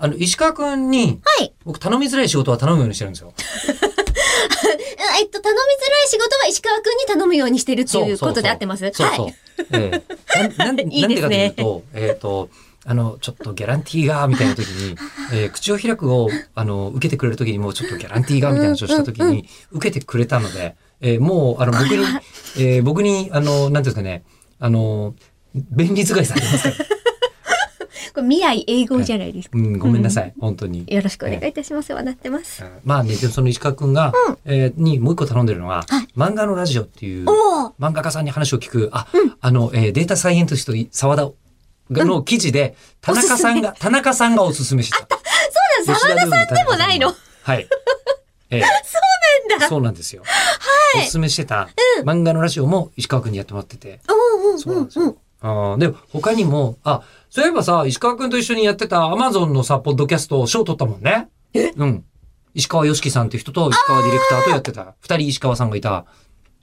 あの、石川くんに、はい。僕頼みづらい仕事は頼むようにしてるんですよ。えっと、頼みづらい仕事は石川くんに頼むようにしてるっていうことで合ってますそうそう。はい。ええ なんなんでいいなんでですかとねいうと、えっ、と、あの、ちょっとギャランティーが、みたいな時 に、えー口を開くを、あの、受けてくれる時にもうちょっとギャランティーが、みたいな話をした時うんうんに、受けてくれたので、えーもう、あの、僕にこれは、えー僕に、あの、なんていうんですかね、あの、便利使いされてますから。これ未来英語じゃないですか。うん、ごめんなさい、本当に。よろしくお願いいたします。笑ってます。まあね、でもその石川くんが、えーにもう一個頼んでるのは、はい漫画のラジオっていう、おお漫画家さんに話を聞く、あ、あの、えーデータサイエンティストい沢田の記事で、田中さんが、田中さんがおすすめした。そうだ、沢田さんでもないのはい。ええ そうなんだ。そうなんですよ。おすすめしてた、漫画のラジオも石川くんにやってもらってて。おそううんなうんんですうんうよん。。あーで、他にも、あ、そういえばさ、石川くんと一緒にやってたアマゾンのさ、ポッドキャスト、賞取ったもんね。うん。石川良樹さんって人と石川ディレクターとやってた。二人石川さんがいた、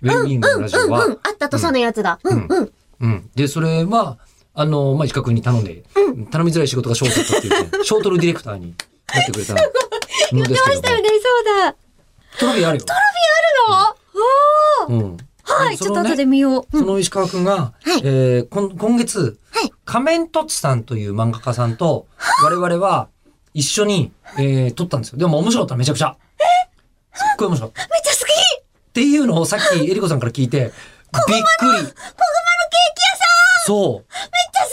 ウェルビーングのラジオは、うんうん。あったとそのやつだ。うんうん。うん。で、それは、あの、まあ、石川君に頼んで、頼みづらい仕事がショートだったっていう ね、ショートルディレクターになってくれたのですけども。出ましたよね、そうだ。トロフィーあるよ。あおうん。ーはでい、そちょっとのね後で見よう。うそんの石川君が、はいえーこん今月、はい仮面とつさんという漫画家さんと、我々は一緒に、えー撮ったんですよ。でも面白かった、めちゃくちゃ。すっごい面白かった。っめっちゃ好きていうのをさっき、えりこさんから聞いて、びっくり。小熊のケーキ屋さんそう。めっちゃ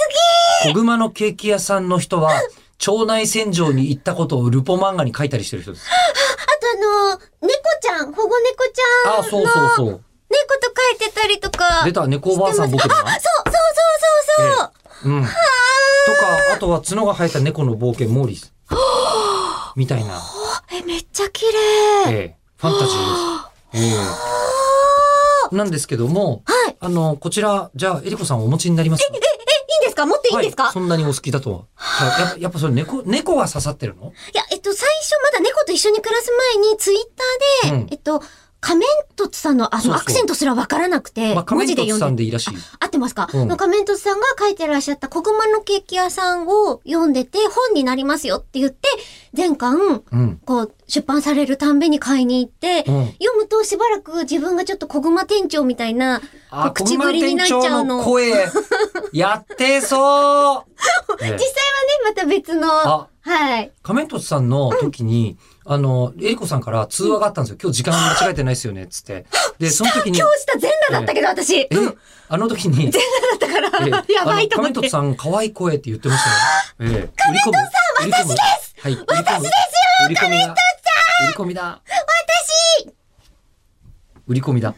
好小熊のケーキ屋さんの人は、町内洗浄に行ったことをルポ漫画に書いたりしてる人です。きあとあの、猫ちゃん、保護猫ちゃん。ああ、そうそうそう。猫と書いてたりとか。出た、猫おばあさん僕だあ、な。そう、そうそうそうそう。うん。とか、あとは角が生えた猫の冒険、モーリス。みたいな、え、めっちゃ綺麗。ええ、ファンタジーです。ええ。なんですけども、はい。あの、こちら、じゃあ、えりこさんお持ちになりますかえ、え、いいんですか持っていいんですか、、はいそんなにお好きだとは。はいやっぱ、やっぱそれ猫、猫が刺さってるのや、えっと、最初まだ猫と一緒に暮らす前に、ツイッターで、うんえっと、仮面凸さんのあのそうそうアクセントすらわからなくて、まあ、文仮字面で凸さ読んんで。でいいらしい。合ってますか、うんの仮面凸さんが書いてらっしゃった小熊のケーキ屋さんを読んでて、本になりますよって言って、全巻、うん。こう、出版されるたんびに買いに行って、うん読むとしばらく自分がちょっと小熊店長みたいな、こう口ぶりになっちゃうの。小 熊店長の声、やってそう、ええ実際はね、また別のあ、はい。仮面凸さんの時に、あの、えりこさんから通話があったんですよ。今日時間間違えてないですよね、つって。で、その時に今、日した全裸だったけど、私。えうん。 だ、あの時に、ったからええ、 やばいとあの思仮面って。凸そさん、可愛い声って言ってましたね。ええ。仮面凸さん、私ですはい、私ですよ売り込みだ。売り込みだ。私売り込みだ。